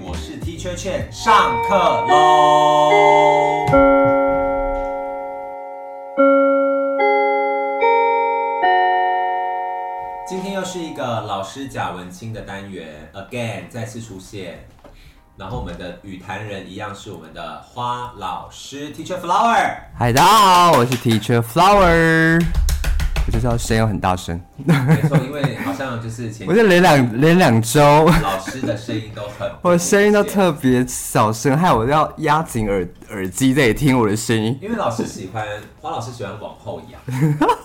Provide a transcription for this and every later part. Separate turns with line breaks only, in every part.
我是 Teacher Chen，上课喽！今天又是一个老师贾文清的单元，again 再次出现。然后我们的语坛人一样是我们的花老师 Teacher Flower。
嗨，大家好，我是 Teacher Flower。我就知道声音很大声，
没错，因为好像就是前
我就连两连两周，
老师的声音都很，
我的声音都特别小声，害我要压紧耳耳机在听我的声音。
因为老师喜欢花老师喜欢往后 仰，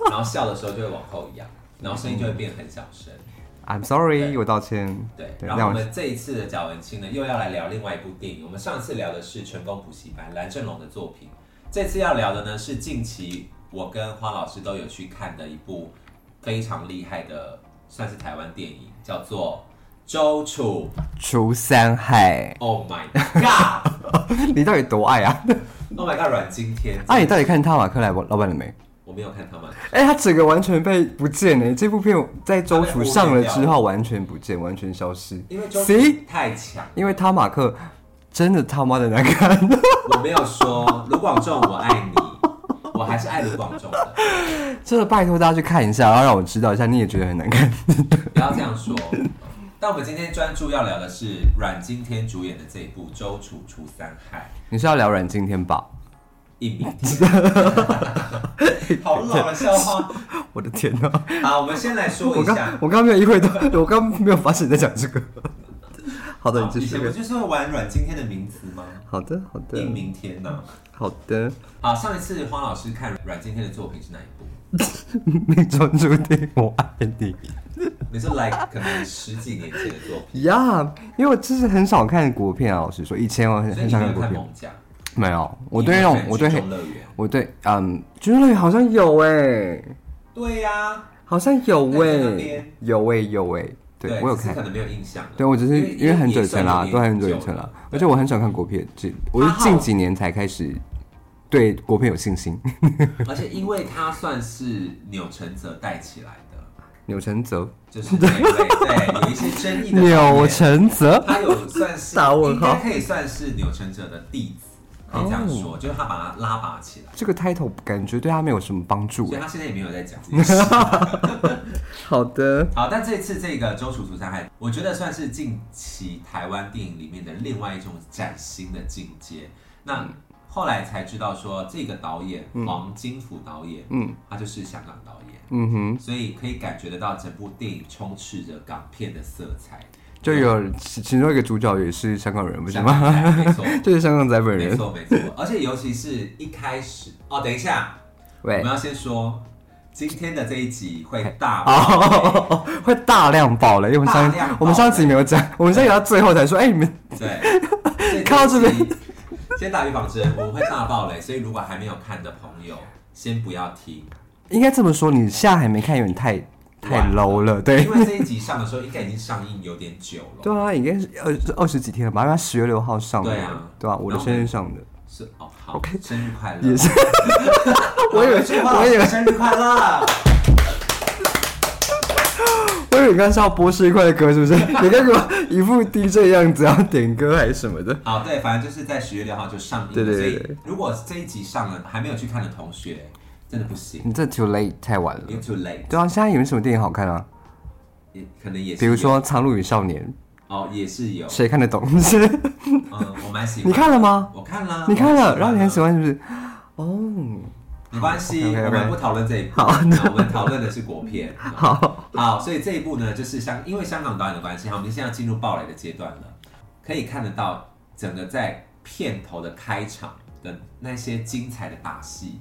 然后笑的时候就会往后仰，然后声音就会变很小声。
I'm
对
sorry，我道歉。
对，
对
然后我
那我
们这一次的贾文清呢，又要来聊另外一部电影。我们上次聊的是《成功补习班》蓝正龙的作品，这次要聊的呢是近期我跟花老师都有去看的一部非常厉害的，算是台湾电影，叫做《周楚
除三害，》。
Oh my god！Oh
你到底多爱啊？
Oh my god！阮经天，
啊，你到底看他马克莱老板了没？
我没有看他们，
哎、他整个完全被不见哎、这部片在周
他被忽
楚
略
上了
掉
之
了
后完全不见，完全消失。
因为周楚
See？
太强。
因为他马克真的他妈的难看。
我没有说卢广仲我爱你， 我还是爱卢广仲的，
真的拜托大家去看一下，然后让我知道一下，你也觉得很难看。
不要这样说。但我们今天专注要聊的是阮经天主演的这一部《周楚除三害
你是要聊阮经天吧？》，
一鸣，好老的笑话。
我的天 哪！
好，我们先来说
我
一
刚
下。
我刚没有意会到， 我刚没有发现你在讲这个。 好的，你继
以前不
续。
就是会玩阮经天的名字吗？
好的，好
一
的，
鸣天呐、
好的，
好，上一次花老师看阮经天的作品是哪一部？
命中注定我爱你
你是 like 可能十几年前的作品，
呀因为我就是很少看国片啊，老实说，以前我很
所以
很
你
少
没有
看
看《
国片，
猛将》？
没有。我对那种，我对
你有没有看，群众乐园》。
我对，嗯，觉得好像有哎、
对呀、
好像有
那
哎、
你在那边
有哎、有哎、对我有
只是
看
可。能没有印象了。
对，我只是因为很久以前啦，
也
都
算有
很
点
久以前啦
了，啊
而且我很少看国片，这我是近几年才开始对国片有信心。
而且因为它算是钮承泽带起来的，
钮承泽，
就是那一位对有一些争议的
钮
导演
承泽，
他有算是
打问
应
号
该可以算是钮承泽的弟子，可以这样
哦
说，就是他把他拉拔起来，
这个 title 感觉对他没有什么帮助欸
所以。他现在也没有在讲这件事。
好的，
好，但这次这个《周楚除三害》，我觉得算是近期台湾电影里面的另外一种崭新的境界。那后来才知道说，这个导演黄金甫导演，嗯，他就是香港导演，
嗯哼，
所以可以感觉得到整部电影充斥着港片的色彩，
就有其其中一个主角也是香港人，不是
香
吗？
港菜没错，
就是香港仔本
没
人。
错，没错。而且尤其是一开始，哦，等一下，我
喂
们，要先说今天的这一集会大爆
哦， 会大量爆雷，因为我们
大量爆
上
雷
我们上集没有讲，我们上集到最后才说，哎，你们
雷， 对，
看到这边
一集先打预防针，我们会大爆雷，所以如果还没有看的朋友，先不要听，
应该这么说，你现在还没看，有点太太
晚
low 了，对
因。为这一集上的时候应该已经上映有点久了，
对啊，应该是二二十几天了吧？因为他十月六号上的，
对啊
对啊，我的生日上的，
是哦，好
OK，
生日快乐，
也是 我以为我以为
生日快乐。
我以为你刚刚是要播是一块的 歌，是不是？你跟我一副 DJ 样子，要点歌还是什么的？
好，对，反正就是在十月六号就上映了。
对对对
所
对
以如果这一集上了还没有去看的同学，真的不行
你这 too late 太晚了。
，you too late，
对啊，现在有什么电影好看啊？
也可能也是
比
有
如说《苍鹭与少年
哦，也是有》，，
谁看得懂？是
嗯，我蛮喜欢。
你看了吗？
啊我看了，
你看了，然后你很喜
欢，
欢，是不是？哦，
没关系，
OK，OK，OK
我们不讨论这一部，
好
那我们讨论的是国片。
好，
好，所以这一部呢，就是香，因为香港导演的关系，好，我们现在要进入暴雷的阶段了，可以看得到整个在片头的开场的那些精彩的打戏，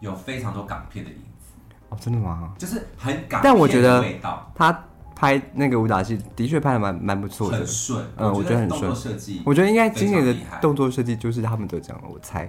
有非常多港片的影子。
哦，真的吗？
就是很港，
但我觉得
味道
他拍那个武打戏的确拍的蛮蛮不错的
很，顺，
嗯
我
我觉得很
动
顺
作设计，
我觉得应该今年的
非常厉害
动作设计就是他们得奖了，我猜，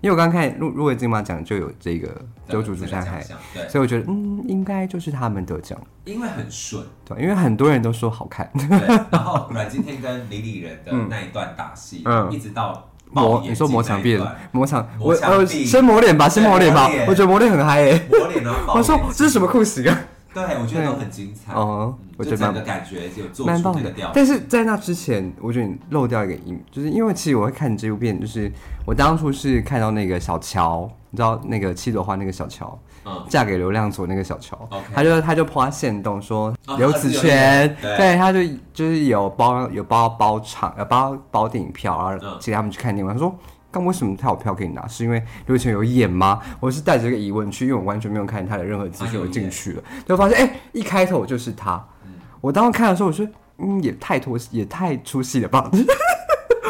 因为我刚看入入围金马奖就有这个《周楚除三
这个奖
害
项》， 对，
所以我觉得嗯，应该就是他们得奖，
因为很顺，
对，因为很多人都说好看，
对。然后阮经天跟李李仁的那一段打戏，
嗯
一直到
磨
爆哦眼
你说
睛
磨墙壁
那一
了
段，
磨墙，
磨
我
墙壁
呃先磨脸吧，先磨脸吧
对磨脸，
我觉得磨脸很嗨诶，
磨脸然后爆
我
眼睛
说这是什么？酷刑啊？
对，我觉得都很精彩。
哦
嗯，
我
就
觉得
整
蛮
个感觉就做
蛮
出
棒
这个
的
调。
但是在那之前，我觉得你漏掉一个音，就是因为其实我会看这部片，就是我当初是看到那个小乔，你知道那个七朵花那个小乔，
嗯，
嫁给流量组那个小乔
OK，
他就他就抛现动说
哦
刘
他是
子
有
璇，
对
对，他就就是有包有包包场呃包包电影票，然
嗯
后请他们去看电影，他说。刚为什么他有票可以拿？是因为刘子璇有演吗？我是带着这个疑问去，因为我完全没有看他的任何资
他
讯，
有
我进
演
去了，就发现哎、一开头就是他。
嗯
我当时看的时候，我说嗯，也太脱，也太出戏了
嗯
吧。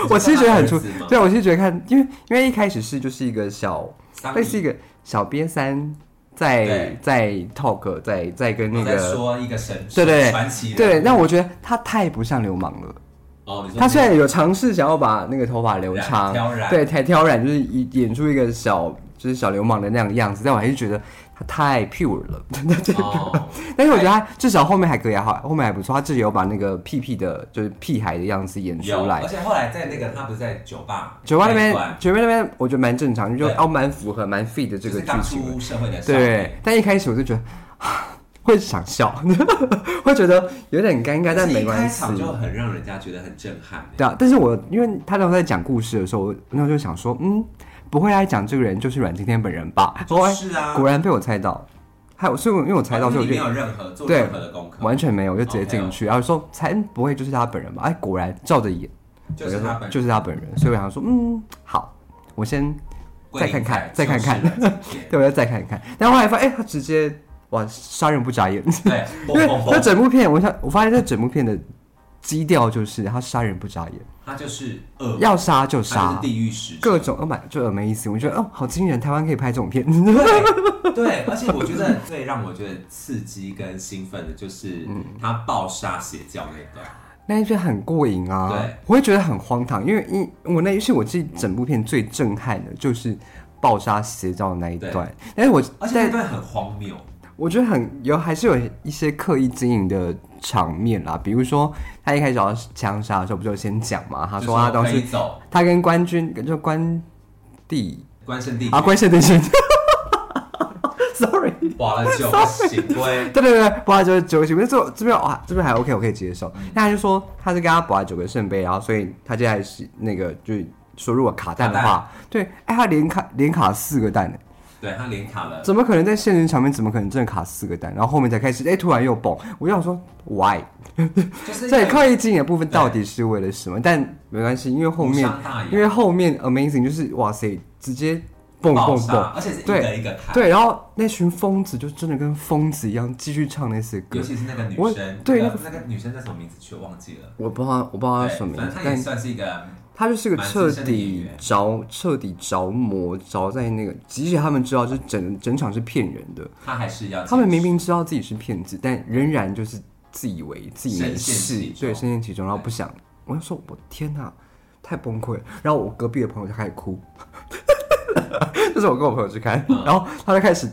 我其实觉得很出
你知道他儿子吗，
对我其实觉得看，因为因为一开始是就是一个小
桑
类
尼
似一个小瘪三在
对
在 talk，在在跟那
我在
个
说一个神
对对
传奇人
对，那我觉得他太不像流氓了。
哦，你说
他虽然有尝试想要把那个头发留长
染挑染，
对，才挑染，就是一演出一个小就是小流氓的那样的样子，但我还是觉得他太 pure 了。
哦，
但是我觉得他至少后面还可以，还好，后面还不错，他至少有把那个屁屁的，就是屁孩的样子演出
有，
来
而。且后来在那个他不是在酒吧，
酒吧那边
一段，
酒吧那边我觉得蛮正常，就
对
哦蛮符合蛮 fit 的
就
这
是
个剧
刚
情的。
出社会的少女
对，，但一开始我就觉得 啊会想笑， 会觉得有点尴尬，但没关系
而。且一开场就很让人家觉得很震撼。
对啊，但是我因为他那时候在讲故事的时候，我那时候就想说，嗯，不会来讲这个人就是阮经天本人吧？果
是啊，
果然被我猜到，还有所以我因为我猜到，所以
你没
我就
有哦任何做
对
任何的功课，
完全没有，我就直接进去，然后说猜嗯不会就是他本人吧？哎，果然照着演，
就是他本
就是他本人，所以我想说，嗯，好，我先
桂林
再看看
仔
再看看
就是了解
对，我要再看一看。但后来发现，哎、他直接哇，杀人不眨眼，
对，
因为
嘣嘣
他
嘣
整部片，我想我发现这整部片的基调就是他杀人不眨眼，
他就是恶，
要杀
他
就
就是
杀，
地狱使者
各种 oh my 就 amazing，我觉得哦，好惊人，台湾可以拍这种片，
对 对，而且我觉得最让我觉得刺激跟兴奋的就是
嗯
他暴杀邪教那一段，
那一片很过瘾啊
对，
我会觉得很荒唐，因为一我那一是我自己整部片最震撼的就是爆杀邪教的那一段，但是我
而且那
在
段很荒谬，
我觉得很有还是有一些刻意经营的场面啦，比如说他一开始要枪杀的时候不就先讲嘛，他啊说他
就
当
可以
时
走
他跟官军就官帝
关圣帝
啊，关圣帝君 ，sorry，
挖了 酒行为，
对对对，不然就是九个圣杯，这这边哇，这边还 OK，我可以接受。
嗯
那他就说他是跟他补了九个圣杯，然后所以他接下来是那个就是说如果卡蛋的
卡
话，对，哎，他连卡连卡四个蛋，
对他连卡了，
怎么可能在现实场面怎么可能真的卡四个蛋？然后后面才开始，哎，突然又蹦，我就想说 why？
就是
所以
有
刻意经营的部分到底是为了什么？但没关系，因为后
无
面
伤大雅
因为后面 amazing 就是哇塞，直接蹦
暴
蹦
杀
蹦。
而且是一
对
个一个卡，
对，然后那群疯子就真的跟疯子一样继续唱那些歌
尤，其是那个女
我
生，
对
那个那个女生叫什么名字去了忘记了，
我不知道我不知道他
对
什么
反
名字
正，她也
但
算是一个
他就是个
蛮
彻
资深的演
底
员
着彻底着魔着在那个，即使他们知道这整整场是骗人的，
他还是要
他们
坚持
明明知道自己是骗子，但仍然就是自以为自己没
深陷
事
其，
对，
中
深陷其中，然后不想，我就说我天哪，太崩溃了。然后我隔壁的朋友就开始哭， 这是我跟我朋友去看，
嗯
然后他就开始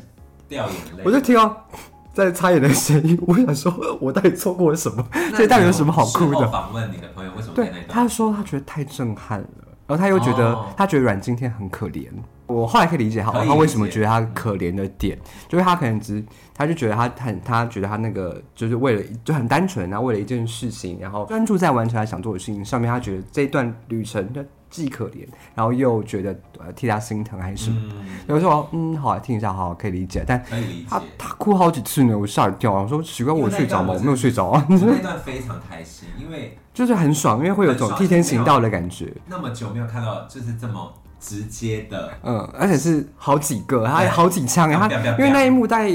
掉眼泪，
我就听到在擦眼的声音，我想说，我到底错过了什么？
那
这到底
你
有什么好哭
事后
的？
访问你的朋友为什么在
对
那，段？
他说他觉得太震撼了，然后他又觉得、
哦
他觉得阮经天很可怜。我后来可以理解他
可以理解
他为什么觉得他可怜的点，就是他可能只他就觉得他很他觉得他那个就是为了就很单纯，啊然后为了一件事情，然后专注在完成他想做的事情上面，他觉得这一段旅程他既可怜，然后又觉得呃替他心疼还是什么。
嗯，
有时候嗯好听一下好可以理解，但
可以理解
他。他哭好几次呢，我吓一跳啊！我说奇怪，我有睡着吗？我没有睡着啊，
我那段非常开心，因为
就是很爽，因为会有种替天行道的感觉。
那么久没有看到就是这么直接的，
嗯，而且是好几个，他
对
好几枪，他
啪啪啪啪
因为那一幕大概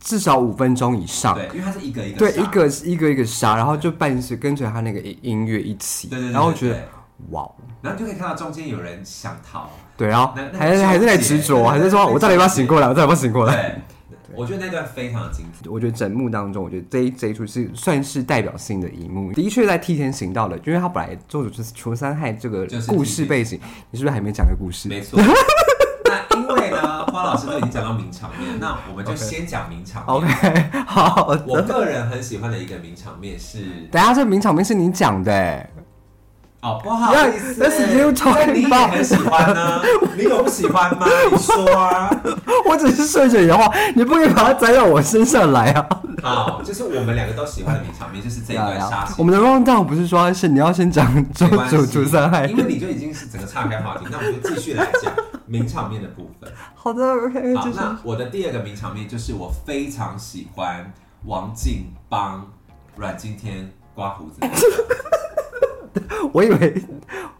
至少五分钟以上，
对，因为它是一个一个
对，
杀
一个一个一个杀，然后就伴随跟着他那个音音乐一起
对对对，，
然后
对
觉得
对
哇，
然后你就可以看到中间有人想逃，
对，然后
那那
还
纠结
还是在执着，啊
对
还是说
对
我到底要不要醒过来，我到底要不要醒过来？
对，我觉得那段非常精彩，
我觉得整幕当中，我觉得这一这一出是算是代表性的一幕，的确在替天行道了，因为他本来作者就是除三害这个
就是
故事背景，你是不是还没讲个故事？
没错。那因为呢，花老师都已经讲到名场面，那我们就先讲名场面。
OK，好
我
的。
个人很喜欢的一个名场面是
等一下这名场面是你讲的、欸，
哦，不好意思，
那那是 you talking
那你也
about
很喜欢呢？你有不喜欢吗？你说啊，
我只是顺着你的话，你不可以把它栽到我身上来啊！啊
好，就是我们两个都喜欢的名场面，就是这一段杀青。
我们的 round down 不是说是你要先讲周
没关系
主除三害？
因为你就已经是整个岔开话题，那我们就继续来讲名场面的部 分。
好的，OK，
好
就，是
那我的第二个名场面就是我非常喜欢王静帮阮经天刮胡 子，
我以为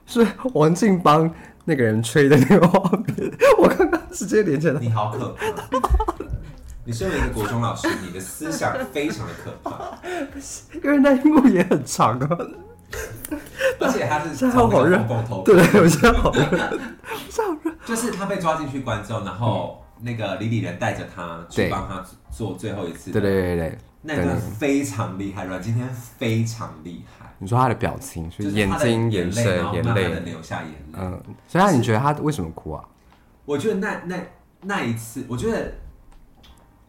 是王静帮那个人吹的那个画面， 我刚刚直接连起来。
你好可怕！你身为一个国中老师，你的思想非常的可 怕，
因为那一幕也很长啊，
而且他是从
现在我好
那个
热
公共投，
对，我现在好热，
就是他被抓进去关之后，然后那个李李仁带着他去
对
帮他做最后一次，
对对，对对对，
那一段非常厉害，阮经天非常厉害，
你说他的表情，就
就是是
眼
他的
睛、
眼泪
神、
然后
眼
慢慢的
泪，
流下眼泪。
嗯，所以他你觉得他为什么哭啊？
我觉得那那那一次，我觉得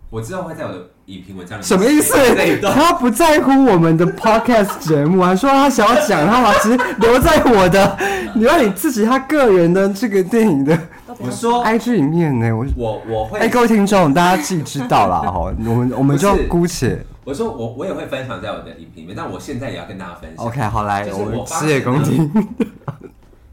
我之后会在我的影评文章里面
什么意思
写这一？ 段，
他不在乎我们的 podcast 节目，还说他想要讲，他把其实留在我的，留在你自己他个人的这个电影的
我说
IG 里面呢。我
我我会，
哎、各位听众，大家自己知 道啦，哈，我们我们就
不是
姑且
我说我我也会分享在我的影评里面，但我现在也要跟大家分享
OK，好来，
就是
我们
我发
洗耳恭 听。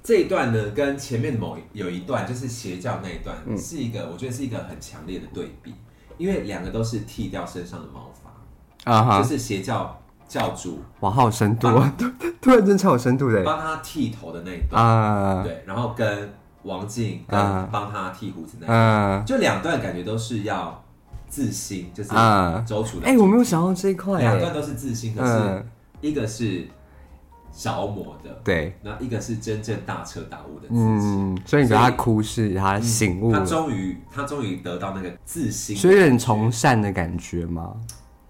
这一段呢，跟前面某有一段就是邪教那一段，
嗯
是一个我觉得是一个很强烈的对比，因为两个都是剃掉身上的毛发，
啊
就
哈，
是邪教教主
哇，好有深度 啊！突然间超有深度的
帮他剃头的那一段，
啊，
对，然后跟王静跟
啊
帮他剃胡子那一段。
嗯，
就两段感觉都是要自信，就是
啊
周楚的。
哎，我没有想到这一块
两段
欸，
都是自信，可是
嗯，
一个是着魔的，
对，
然后一个是真正大彻大悟的自己。
嗯，所以你觉得他哭是他醒悟
嗯他
了，
终于，他终于得到那个自信。
所以有点从善的感觉吗？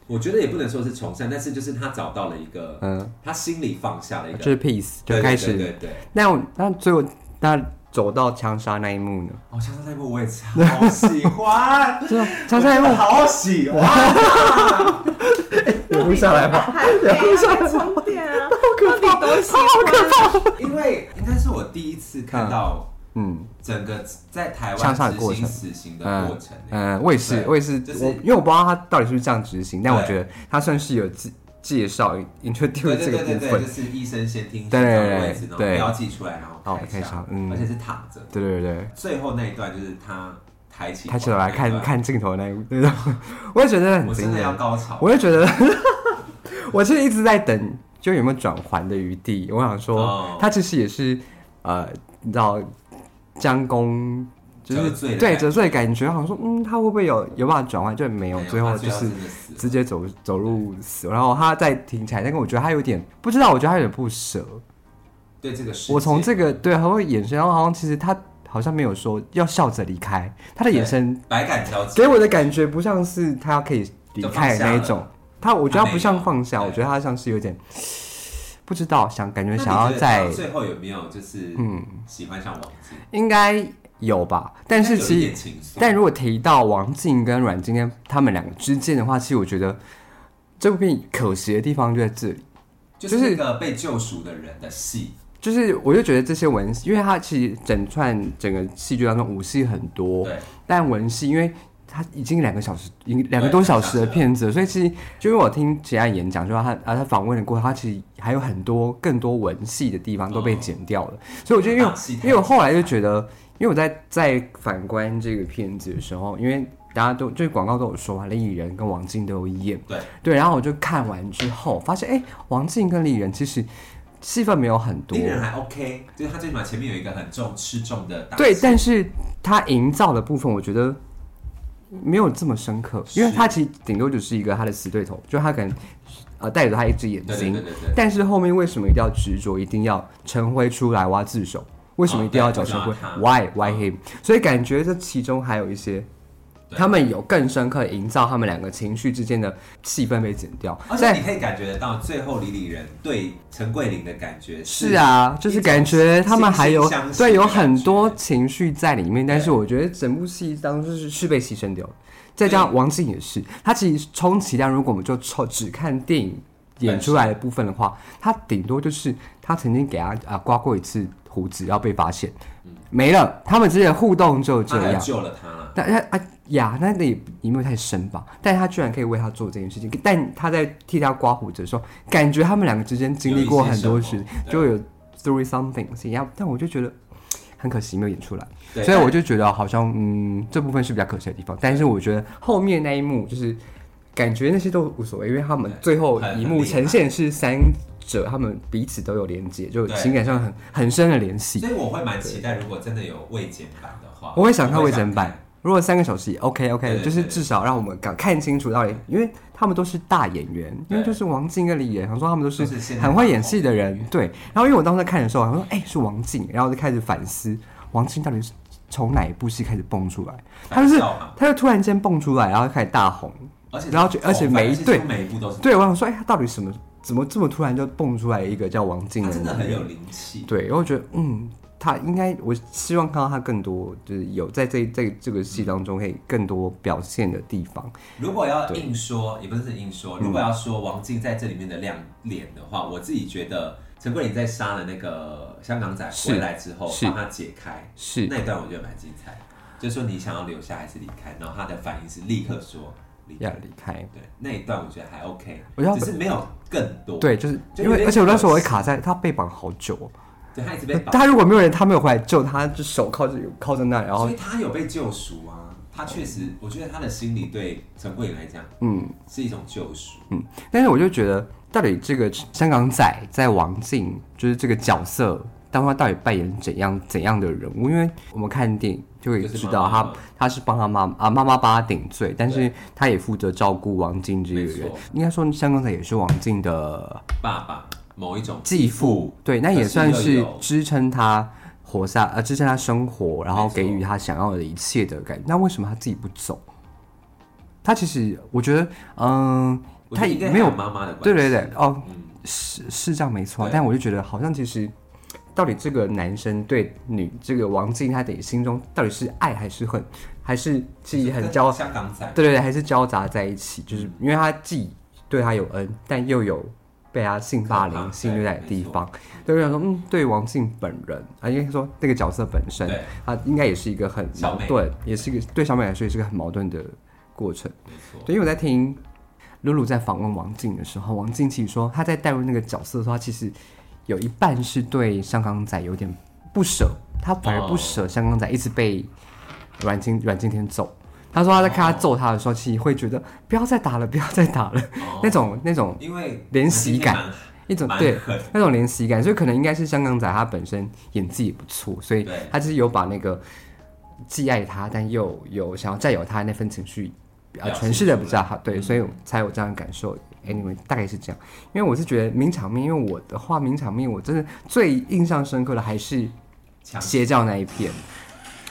我觉得也不能说是崇善，但是就是他找到了一个，
嗯，
他心里放下了一
就
个，
是 peace
对
就开
对
始。
对对对。
那我那最后那走到枪杀那一幕呢？
哦，香山那一幕我也超喜 欢，
真的啊枪杀那一
我真的
幕
好喜欢。
也录下来吧，
还没啊，充电啊，到底多喜欢啊？
因为应该是我第一次看到
嗯。
整个在台
向
湾
上
执
的过程
行死刑的过程、欸
嗯，我也是，
对
我也是，
就是
我因为我不知道他到底是不是这样执行，但
对
我觉得他算是有介介绍 introduce
对
这
对
个
对对
部
对，就
分。
是医生先听寻找
对
位置，然后
对
标记出来，然后
好
开
开
枪
枪，嗯
而且是躺着。
对对对，
最后那一段就是他抬起
他起来
那一
看
段，
看镜头的那一对， 我也觉得很
我
惊
真的要
人，
高潮。
我也觉得， 我其实一直在等，就有没有转环的余地。我想
哦
说，他其实也是呃，你知道将功。就
折罪
是
的
对
感觉
折罪的感觉，好像说，嗯，他会不会有有办法转换？就没有，
没有
最后
哎他
就
要
是
真的死了
直接走走入死，然后他再停起来，但是我觉得他有点不知道，我觉得他有点不舍。
对这个世界，
我从这个对，他会眼神，然后好像其实他好像没有说要笑着离开，他的眼神
百感交集，
给我的感觉不像是他可以离开的那
就放下
一种，他我觉得他不像放
他
下，
没有
我觉得他像是有点不知道想感觉
那你
想要
觉得
在
他最后有没有就是嗯喜欢上王静？
应该有吧，但是
有一
其实
点情愫，
但如果提到王静跟阮经天他们两个之间的话，其实我觉得这部片可惜的地方就在这里。
就是
就是
那个被救赎的人的戏，
就是我就觉得这些文戏，因为它其实整串整个戏剧当中武戏很多，
对，
但文戏因为它已经两个小时，已经两个多小时的片子了，所以其实就因为我听其他演讲，就他啊他访问的过程，他其实还有很多更多文戏的地方都被剪掉了，所以我觉得因为
把戏
因为我后来就觉得，因为我在在反观这个片子的时候，因为大家都就是广告都有说嘛，林以仁跟王静都有演，
对
对，然后我就看完之后发现，哎、王静跟李仁其实戏份没有很多
敌，人还 OK，就是他最起码前面有一个很重吃重的打
对，
击
但是他营造的部分，我觉得没有这么深刻，因为
是
他其实顶多只是一个他的死对头，就他可能呃带着他一只眼
对
睛，
对对对对。
但是后面为什么一定要执着，一定要陈辉出来挖自首？为什么一定要找陈辉、
哦对
w h y why him？所以感觉这其中还有一些，
对
他们有更深刻地营造他们两个情绪之间的气氛被剪掉。
而且
在
你可以感觉得到，最后李李仁对陈桂林的感觉
是啊，就是感觉他们还有
惺惺相惜
对
的
有
感觉
很多情绪在里面，但
对
是我觉得整部戏当中是是被牺牲掉的。再加上王静也是，他其实充其量如果我们就抽只看电影演出来的部分的话，他顶多就是他曾经给他啊、刮过一次胡子，然后被发现，
嗯
没了。他们之间的互动就这
他还
样。
救了他了。
但他啊呀，那那也也没有太深吧？但他居然可以为他做这件事情，但他在替他刮胡子的时候，感觉他们两个之间经历过很
有
多事
一些什么，
就有 three something 一样。但我就觉得很可惜没有演出来，
对
所以我就觉得好像嗯这部分是比较可惜的地方。但是我觉得后面那一幕就是感觉那些都无所谓，因为他们
对
最后
很很
一
厉
幕
害
呈现是三者他们彼此都有连接，就
对
情感上很很深的联系。
所以我会蛮期待，如果真的有未剪版的话，
我会想看未整
我会
版
想看。。
如果三个小时也，OK OK，
对对
就是
对
至少让我们敢看清楚到底，因为他们都是大演员，因为就是王静跟李演，想说他们都是
都是现在哦
很会演戏的
很
人
红，
对。然后因为我当时在看的时候，我想说哎、是王静，然后我就开始反思王静到底是从哪一部戏开始蹦出来，他就是
反校嘛
他就突然间蹦出来，然后开始大红，
而且哦
然后就而且每一
几乎
对
每一部都是，
对我想说哎、他到底什么怎么这么突然就蹦出来一个叫王静
他
的
真
人
的很有灵气。
对，然后我觉得嗯，他应该我希望看到他更多，就是有在这这这个戏当中可以更多表现的地方。
如果要硬说，也不是硬
嗯
说，如果要说王静在这里面的亮点的话，我自己觉得陈桂林在杀了那个香港仔
是
回来之后，
是
帮他解开
是
那一段，我觉得蛮精彩的。就说你想要留下还是离开，然后他的反应是立刻说离
要
开。
离开，
对，那一段我觉得还 OK，
我要
只是没有更多。
对，就是
就
因
有
为
点
而且我那时候我会
可惜
卡在他被绑好久哦，
对，他一直被绑，
他如果没有人，他没有回来救他，就手靠着靠在那里，然后
所以他有被救赎啊。他确实，我觉得他的心理对陈桂林来讲
嗯
是一种救赎。
嗯，但是我就觉得到底这个香港仔在王静就是这个角色。当中他到底扮演怎样怎样的人物？因为我们看电影就可以
就是
知
妈
道他，
妈
他是帮他妈啊妈妈帮他顶罪，但是他也负责照顾王静这个
没
人
错。
应该说，香港仔也是王静的
爸爸某一种
继父，对，那也算
可是又
是
有
支撑他活下，呃，支撑他生活，然后
没错
给予他想要的一切的感觉。那为什么他自己不走？他其实，我觉得，嗯，
我觉
他
得应该
也没有
还，妈妈的关系。
对对对，哦，
嗯，
是是这样没错啊
对，
但我就觉得好像其实。到底这个男生对女这个王静，他的心中到底是爱还是恨，还是自己很骄傲
跟？香港仔，
对对对，还是交杂在一起，
嗯
就是因为他既对他有恩，但又有被他性霸
可怕
凌、性虐待的地方
对。
对，我想说，嗯，对王静本人啊，应该说那个角色本身
对，
他应该也是一个很
小
矛
妹
盾，也是一个对小美来说也是个很矛盾的过程。
没错。
对，因为我在听露露在访问王静的时候，王静其实说她在带入那个角色的时候，她其实有一半是对香港仔有点不舍，她反而
哦
不舍香港仔一直被阮经阮经天揍。她说她在看他揍他的时候，其实会觉得不要再打了，不要再打了，
哦
那种那种
因为
怜惜感
蛮，
一种
蛮
对
狠
那种怜惜感，所以可能应该是香港仔他本身演技也不错，所以
对
他就是有把那个既爱他，但又有想要占有他的那份情绪，呃，
表现
诠释的
出
比较好，对，所以我才有这样的感受。Anyway，大概是这样，因为我是觉得名场面，因为我的话名场面，我真的最印象深刻的还是
强
邪教那一片，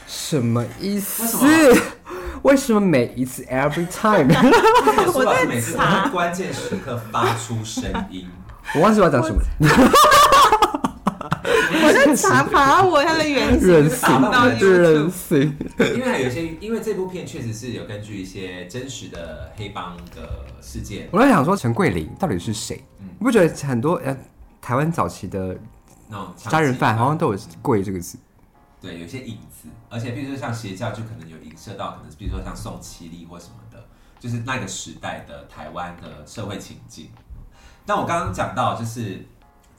什么意思？
为什
为什么每一次 every time，
苏老师每次
我在
都
查
会关键时刻发出声音，
我忘记 我要讲什么了，
我在查爬文，它 的原
任
型
性
打到，
任
YouTube，
性。
因为还有一些，因为这部片确实是有根据一些真实的黑帮的事件，
我在想说，陈桂林到底是谁？
嗯
你不觉得很多呃，台湾早期的
那种强
杀人犯
奸
好像都有“桂”这个字？
对，有一些影子，而且比如说像邪教，就可能有影射到，可能比如说像宋其力或什么的，就是那个时代的台湾的社会情境。那我刚刚讲到就是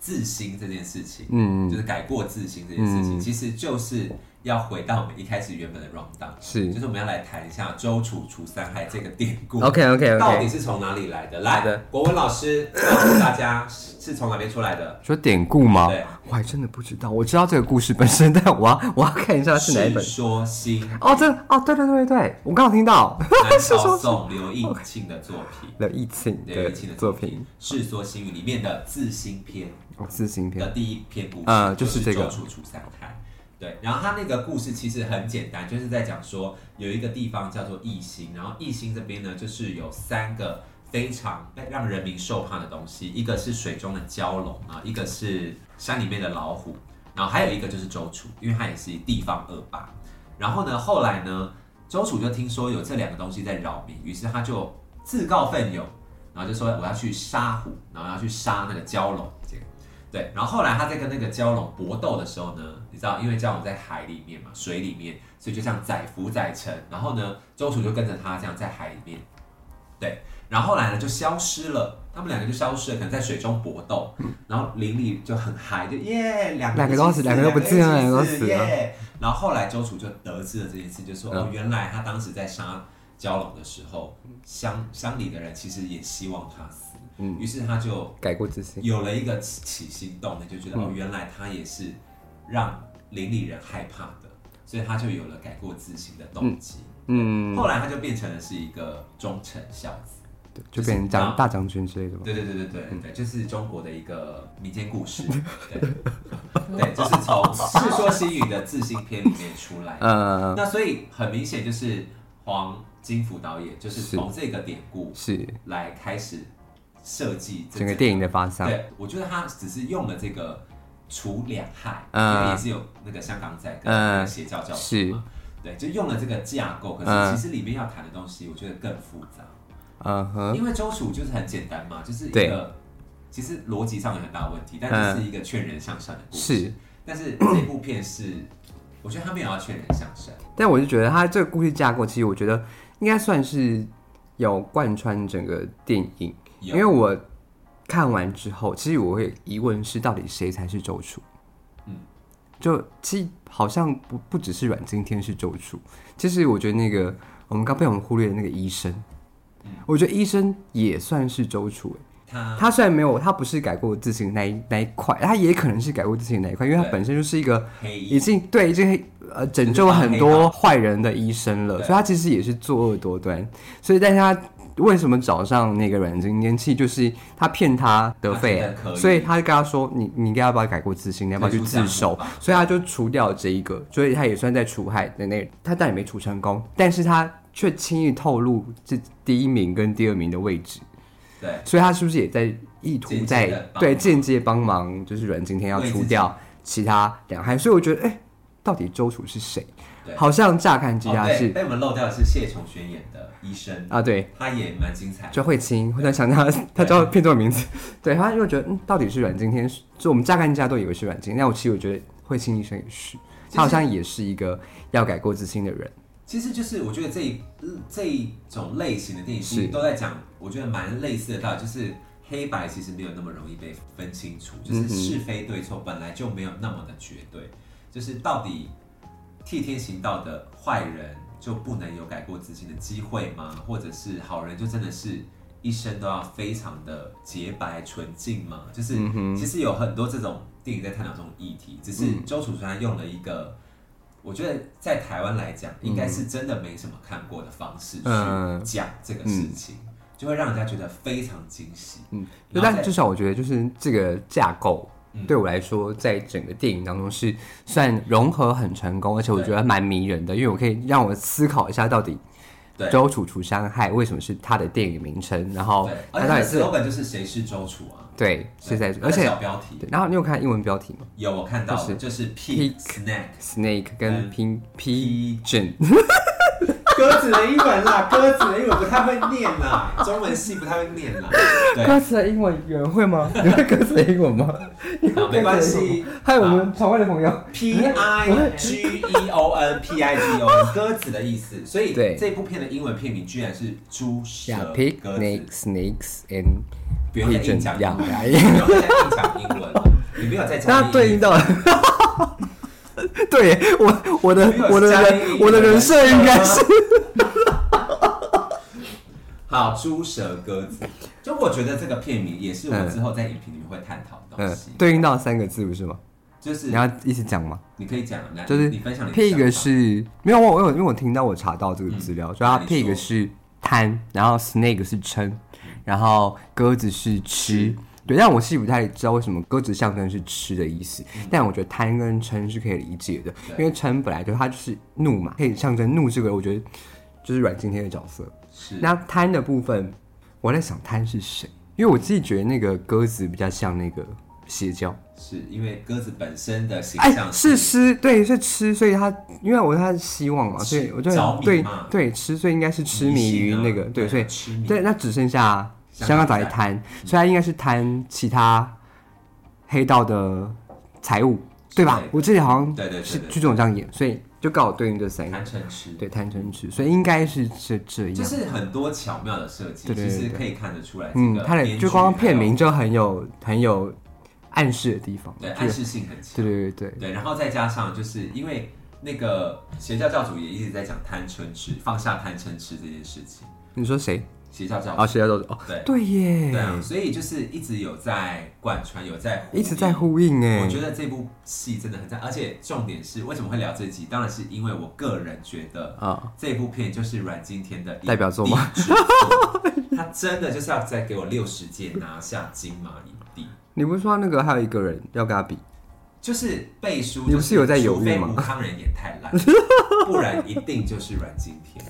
自新这件事情，
嗯
就是改过自新这件事情，
嗯
其实就是要回到我们一开始原本的 round down，
是
就是我们要来谈一下周楚除三害这个典故。
OK OK
到底
OK。
是从哪里来的？
好的
来，国文老师告诉大家是是从哪边出来的？
说典故吗
对？
我还真的不知道，我知道这个故事本身，但我要我要看一下是 哪一本。
说新
哦，这哦，对对对对，我刚好听到
南
是
朝
说
宋刘义庆的作品，
刘义庆
刘
的
义庆的
作品
《世说新语》里面的自新篇
《自行篇
的》。第一篇故事，
呃
就
嗯就是这个
周楚除三害。对，然后他那个故事其实很简单，就是在讲说有一个地方叫做义兴，然后义兴这边呢，就是有三个非常让人民受怕的东西，一个是水中的蛟龙啊，一个是山里面的老虎，然后还有一个就是周楚，因为他也是地方恶霸。然后呢，后来呢，周楚就听说有这两个东西在扰民，于是他就自告奋勇，然后就说我要去杀虎，然后要去杀那个蛟龙，这样。对对，然后后来他在跟那个蛟龙搏斗的时候呢，你知道，因为蛟龙在海里面嘛，水里面，所以就像载浮载沉。然后呢，周楚就跟着他这样在海里面，对，然后后来呢就消失了，他们两个就消失了，可能在水中搏斗。然后林里就很嗨，就耶，两个
两个都死
两
两个都不见了
两
两个都
死
死了
耶。然后后来周楚就得知了这件事，就说、
嗯
哦，原来他当时在杀蛟龙的时候，乡乡里的人其实也希望他死，
嗯
于是他就。
改过自新。
有了一个起起心动，你就觉得、
嗯
哦，原来他也是让邻里人害怕的，所以他就有了改过自新的动机。
嗯，
后来他就变成了是一个忠臣孝子。
对就变成
就是
将大将军之类的吧。
对对对对对
嗯
对，就是中国的一个民间故 事。对，对，就是从《世说新语》的自信篇里面出来的。
呃，
那所以很明显就是黄金福导演就是
是
从这个典故
是
来开始设计这
整个电影的发散。
对，我觉得他只是用了这个除两害，
嗯
因为也是有那个香港仔跟
嗯
那个邪教教主嘛，对，就用了这个架构，可是
嗯
其实里面要谈的东西，我觉得更复杂，
嗯哼，
因为周楚就是很简单嘛，就是一
对
个其实逻辑上有很大问题，但
嗯
只是一个劝人向善的故事，
是。
但是这部片是，我觉得他没有要劝人向善，
但我就觉得它这个故事架构，其实我觉得应该算是有贯穿整个电影，因
有
为我看完之后，其实我会疑问是到底谁才是周楚。
嗯
就其实好像不不只是阮经天是周楚，其实我觉得那个我们刚被我们忽略的那个医生，
嗯
我觉得医生也算是周楚、欸
他
他虽然没有，他不是改过自新的那一那一块，他也可能是改过自新的那一块，因为他
对
本身就是一个
黑衣
已经对已经呃拯救很多坏人的医生了，
对
所以他其实也是作恶多端。所以，但是他为什么找上那个阮经天气，就是他骗他得肺
他觉得可
癌，
以
所以他就跟他说：“你你应该要不要改过自新？你要不要去
退
自首
出江湖吧？”
所以他就除掉这一个，所以他也算在除害的那他但也没除成功，但是他却轻易透露这第一名跟第二名的位置，
对
所以他是不是也在意
间
图
接
在
地帮忙
对间接帮忙，就是阮经天要
为自
除
己
掉其他两害？所以我觉得，哎、到底周楚是谁
对？
好像乍看之
哦
下
对，
是、
被我们漏掉的是谢琼轩演的医生，
啊，对，
他也蛮精彩的。
就慧清，我在想 他，他叫片中的名字，对，他就觉得，嗯，到底是阮经天是，就我们乍看之下都以为是阮经天，但我其实我觉得慧清医生也是，
其实
他好像也是一个要改过自新的人，
其实就是我觉得这一呃这一种类型的电影其实
是
都在讲，我觉得蛮类似的道理，就是黑白其实没有那么容易被分清楚，就是
嗯哼
是非对错本来就没有那么的绝对，就是到底替天行道的坏人就不能有改过自新的机会吗？或者是好人就真的是一生都要非常的洁白纯净吗？就是
嗯哼嗯
其实有很多这种电影在探讨这种议题，只是周楚川用了一个。我觉得在台湾来讲，应该是真的没什么看过的方式去
嗯
讲这个事情，就会让人家觉得非常惊喜。
嗯，
然后再
但至少我觉得就是这个架构。
嗯
对我来说，在整个电影当中是算融合很成功，而且我觉得蛮迷人的，因为我可以让我思考一下到底
对
周楚除伤害为什么是他的电影名称，然后
对，而
哦他
且
到
它
底
的 slogan 就
是
是谁是周楚啊？
对是在
对，
而且
小标题
对然后你有看英文标题吗
有我看到
就
了，
是
就是屁 snack
？Snake
嗯
跟 Pin Pigeon，
鸽子的英文啦，鸽子的英文不太会念啦，中文系不太会念啦。对，
歌词的英文有人会吗？你会歌词的英文吗？你会
好 没关
歌词的英文
系
吗。 还有我们场外的朋友，
P I G E O N P I G E O N 鸽子的意思，所以
对
这部片的英文片名居然是猪蛇
Yeah,
鸽
pig,
子
snake, snakes and
不用再硬讲英 文，
Yeah.
你不用再硬讲英文了，你不要再讲
哎 那
英语。
对应到了，对我我的
没有
我的
加
人
音
我的人设应该 是
好猪蛇鸽子，就我觉得这个片名也是我之后在影评里面会探讨的东
嗯
西，，
对应到三个字不是吗？
就是
你要一起讲吗？
你可以讲，来
就是
你分享你的
pig
想法
是没有我我有因为我听到我查到这个资料，所以它
那你说
pig 是贪，然后 snake 是嗔，然后鸽子是吃。对，但我是不太知道为什么鸽子象征是吃的意思，但我觉得贪跟嗔是可以理解的，因
对
为嗔本来就它就是怒嘛，可以象征怒这个，我觉得就是阮经天的角色。
是
那贪的部分，我在想贪是谁，因为我自己觉得那个鸽子比较像那个邪教，
是因为鸽子本身的形
哎，
象
是吃，对，是吃，所以他因为我他是希望嘛，所以
吃
我就
着迷
对
嘛
对吃，所以应该是痴迷于那
迷
个
信啊
对，所以
痴迷
对，那只剩下
香
香港
港
仔
仔嗯
贪，所以他应该是贪其他黑道的财务，对吧
对？
我记得好像
对对对
是
对
剧中有这样演，所以就刚好对应这三个
贪，嗔痴，
对贪嗔痴，所以应该是这这
就
样。
是很多巧妙的设计，
对对
其实
对对
可以看得出来。
嗯，他的就光光片名
名，
就很有很有暗示的地方，
对
就
暗示性很强。
对对对对，
对，然后再加上就是因为那个邪教教主也一直在讲贪嗔痴，放下贪嗔痴这件事情。
你说谁？
邪教教
啊，
主，
谁叫做哦，
对
对耶，
对啊，所以就是一直有在贯穿，有在
一直在。呼应哎
我，觉得这部戏真的很赞，而且重点是为什么会聊这集？当然是因为我个人觉得
啊，
这部片就是阮经天的一
代表作吗
一之作？他真的就是要再给我六十届拿下金马影帝，
你不是说那个还有一个人要跟他比？
就是背书、就是，
你不是有在犹豫吗
除非吴康仁演太 烂，不然一定就是阮经天，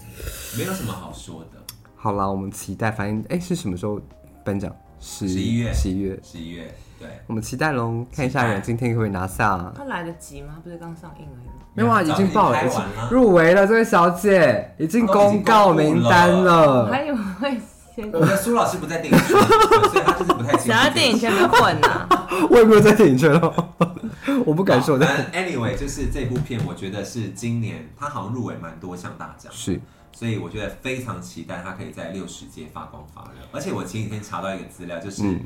没有什么好说的。
好啦，我们期待，反正哎是什么时候颁奖？十
11月
十一月，
十一月，对，
我们期待喽，看一
期
下
待
人今天可不可以拿下。啊
他来得及吗？不是刚上映而已吗。
没有啊，已经报了，
早
已
就已经
经
拍完了
入围了，这位小姐已经公告名单
我
了。
还以为会先
我，们苏老师不在电影圈，所以他就是不太清楚这件事。
想要电影圈的混呐、啊。
我也没有在电影圈哦， 我不敢说
好
的。
反正 anyway，就是这部片，我觉得是今年他好像入围蛮多项大奖，
是
所以我觉得非常期待他可以在六十届发光发热。而且我前几天查到一个资料，就是
嗯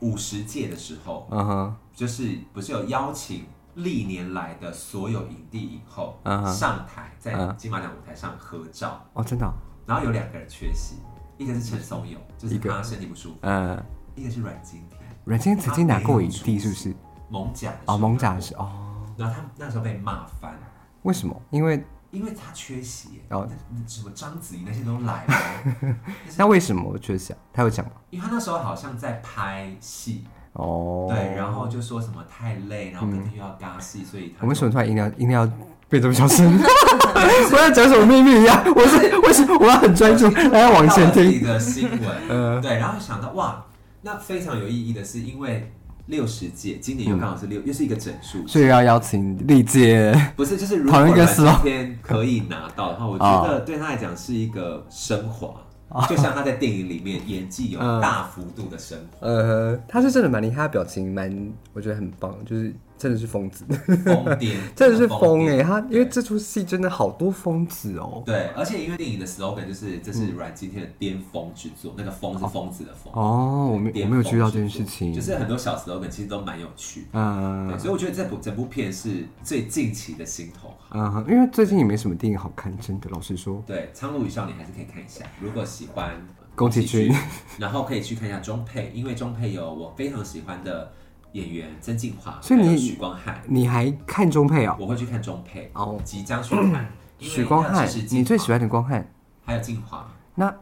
五十届的时候，
嗯哼，
就是不是有邀请历年来的所有影帝影后
嗯哼
上台，在
嗯
金马奖舞台上合照，
哦，真的哦，
然后有两个人缺席，一个是陈松勇，就是
一个
他身体不舒服，
呃，
一个是阮经天，
阮经曾经拿过影帝，是不是？
蒙甲的时候
哦，蒙甲
拿
是
过，
哦，
然后他那时候被骂翻。
为什么？因为
因为他缺席耶，
然后
那什么章子怡那些都来了，
那为什么我缺席啊？他有讲吗？
因为他那时候好像在拍戏，
哦，嗯
对，然后就说什么太累，然后隔天又要搭戏，所以他
我们为什么突然音量音量变这么小 声？我要讲什么秘密一样？我是我是我要很专 注，还要往前
自己
听。
的新闻，
呃，
对，然后想到哇，那非常有意义的是，因为六十届今年又刚好是六，又是一个整数，
嗯所以要邀请历届
不是就是如果
讨论一个啊
阮
思
经
路
天可以拿到的话，我觉得对他来讲是一个升华。就像他在电影里面演技有
啊嗯
大幅度的升
呃，他是真的蛮厉害，他的表情蛮，我觉得很棒，就是真的是疯子，
疯癫，
真的是疯哎、
癫
他因为这出戏真的好多疯子哦。
对，而且因为电影的 slogan 就是这是阮经天的巅峰之作，那个“疯”是疯子的“疯”，
嗯哦，我没
巅
我
峰
没有注意到
之
这件
作
事情，
就是很多小 slogan 其实都蛮有趣的。
嗯
对，所以我觉得这部整部片是最近期的心头好。
嗯，因为最近也没什么电影好看，真的，老实说，
对，《苍鹭与少年》还是可以看一下，如果喜欢
宫崎骏，
然后可以去看一下钟佩，因为钟佩有我非常喜欢的演员曾敬华，
所以你
还有许光汉，
你还看钟佩哦？
我会去看钟佩，
哦
即将去看。因为
许光
要
汉
支持，敬
你最
华
喜欢的光汉，
还有敬华，
那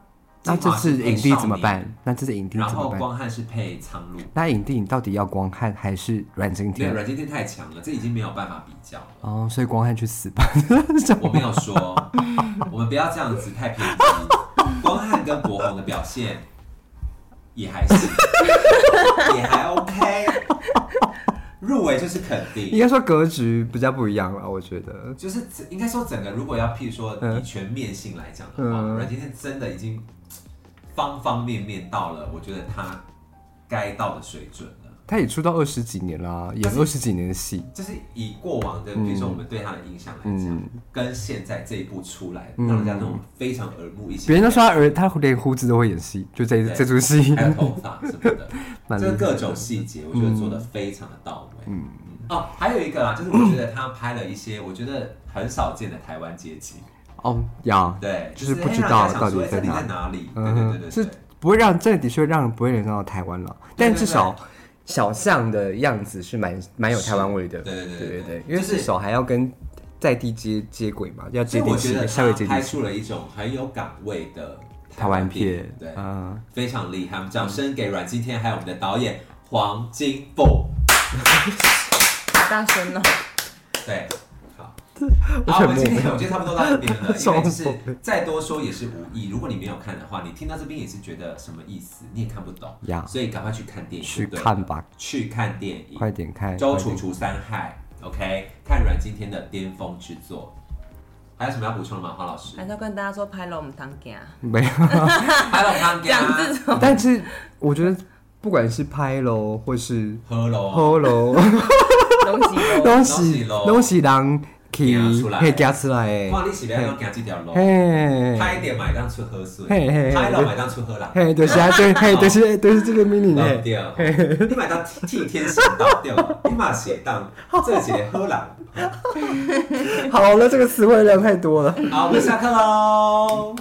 那
金
这
马
次
是
影帝
配
怎
少
么
年
办？那这次影帝
然
怎么
后
办？
光汉是配苍鹭。
那影帝你到底要光汉还是阮经
没有，
天？
阮经天太强了，这已经没有办法比较了。
哦，所以光汉去 死吧！
我没有 说，我们不要这样子太偏激。光汉跟博宏的表现也还 行，也还 OK，入围就是肯
应
定，
该说格局比较不一样了，我觉得。
就是整应该说整个如果要譬如说
嗯
以全面性来讲的话，
嗯
阮经天真的已经方方面面到了，我觉得他该到的水准了。
他也出道二十几年啦，演二十几年的戏，
就是以过往的，比如说我们对他的印象来讲，
嗯
跟现在这一部出来，
嗯
让人家那种非常耳目一新。
别人都说他儿，他连胡子都会演戏，就这
对哎
这 出戏
还有头发什么的，
嗯蛮厉
就是
害
各种细节，我觉得做的非常的到位。嗯哦，还有一个啦，就是我觉得他拍了一些我觉得很少见的台湾街景，
哦呀，
对，
就是
哎
不知道
让人家想说
到底在
哎这里
哪
在哪里。对对
嗯哼
对对对
是，不会让这的确让人不会联想到台湾了，但
对
至少小巷的样子是蛮蛮有台湾味的。
是对对对
对
对对
因为
就是
至少还要跟在地接接轨嘛，要
所
接
以我
地
觉
气
得，
稍微
他
接
拍
地气。
出了一种很有港味的
台湾
片
片，，
对，
嗯。
非常厉害。我们掌声给阮经天，还有我们的导演黄金凤。
好 大声哦！
对，好，
我
好，我
很
们今天
莫名
我觉得差不多到这边了， 因
超
为就
莫名
是再多说也是无益。如果你没有看的话，你听到这边也是觉得什么意思，你也看不懂
呀
所以赶快去看电影，
去
对
看吧，
去看电影，
快点看。
周
快
楚
点
除三害，OK，看阮今天的巅峰之作。还有什么要补充的吗，黄老师
还？是要跟大家说，拍了我们堂家，
没有，
还有他们
讲这种
但是我觉得不管是拍喽，或是
喝喽，
喝 喽，
龙脊
拢
楼，
拢
是
哦是咯
拢是人去
走出来
嘿行出来的，
哇，你是不要讲行这条路，
嘿，
拍一点买当出喝水，
嘿嘿嘿
拍了买当出喝啦，
嘿，就是啊，对，
哦
嘿，就是就是这个
对
mini 呢
不，对？哦你买当替天行道对吧？哦你嘛是当这是喝啦。
好了，这个词汇量太多了。
好，我们下课喽。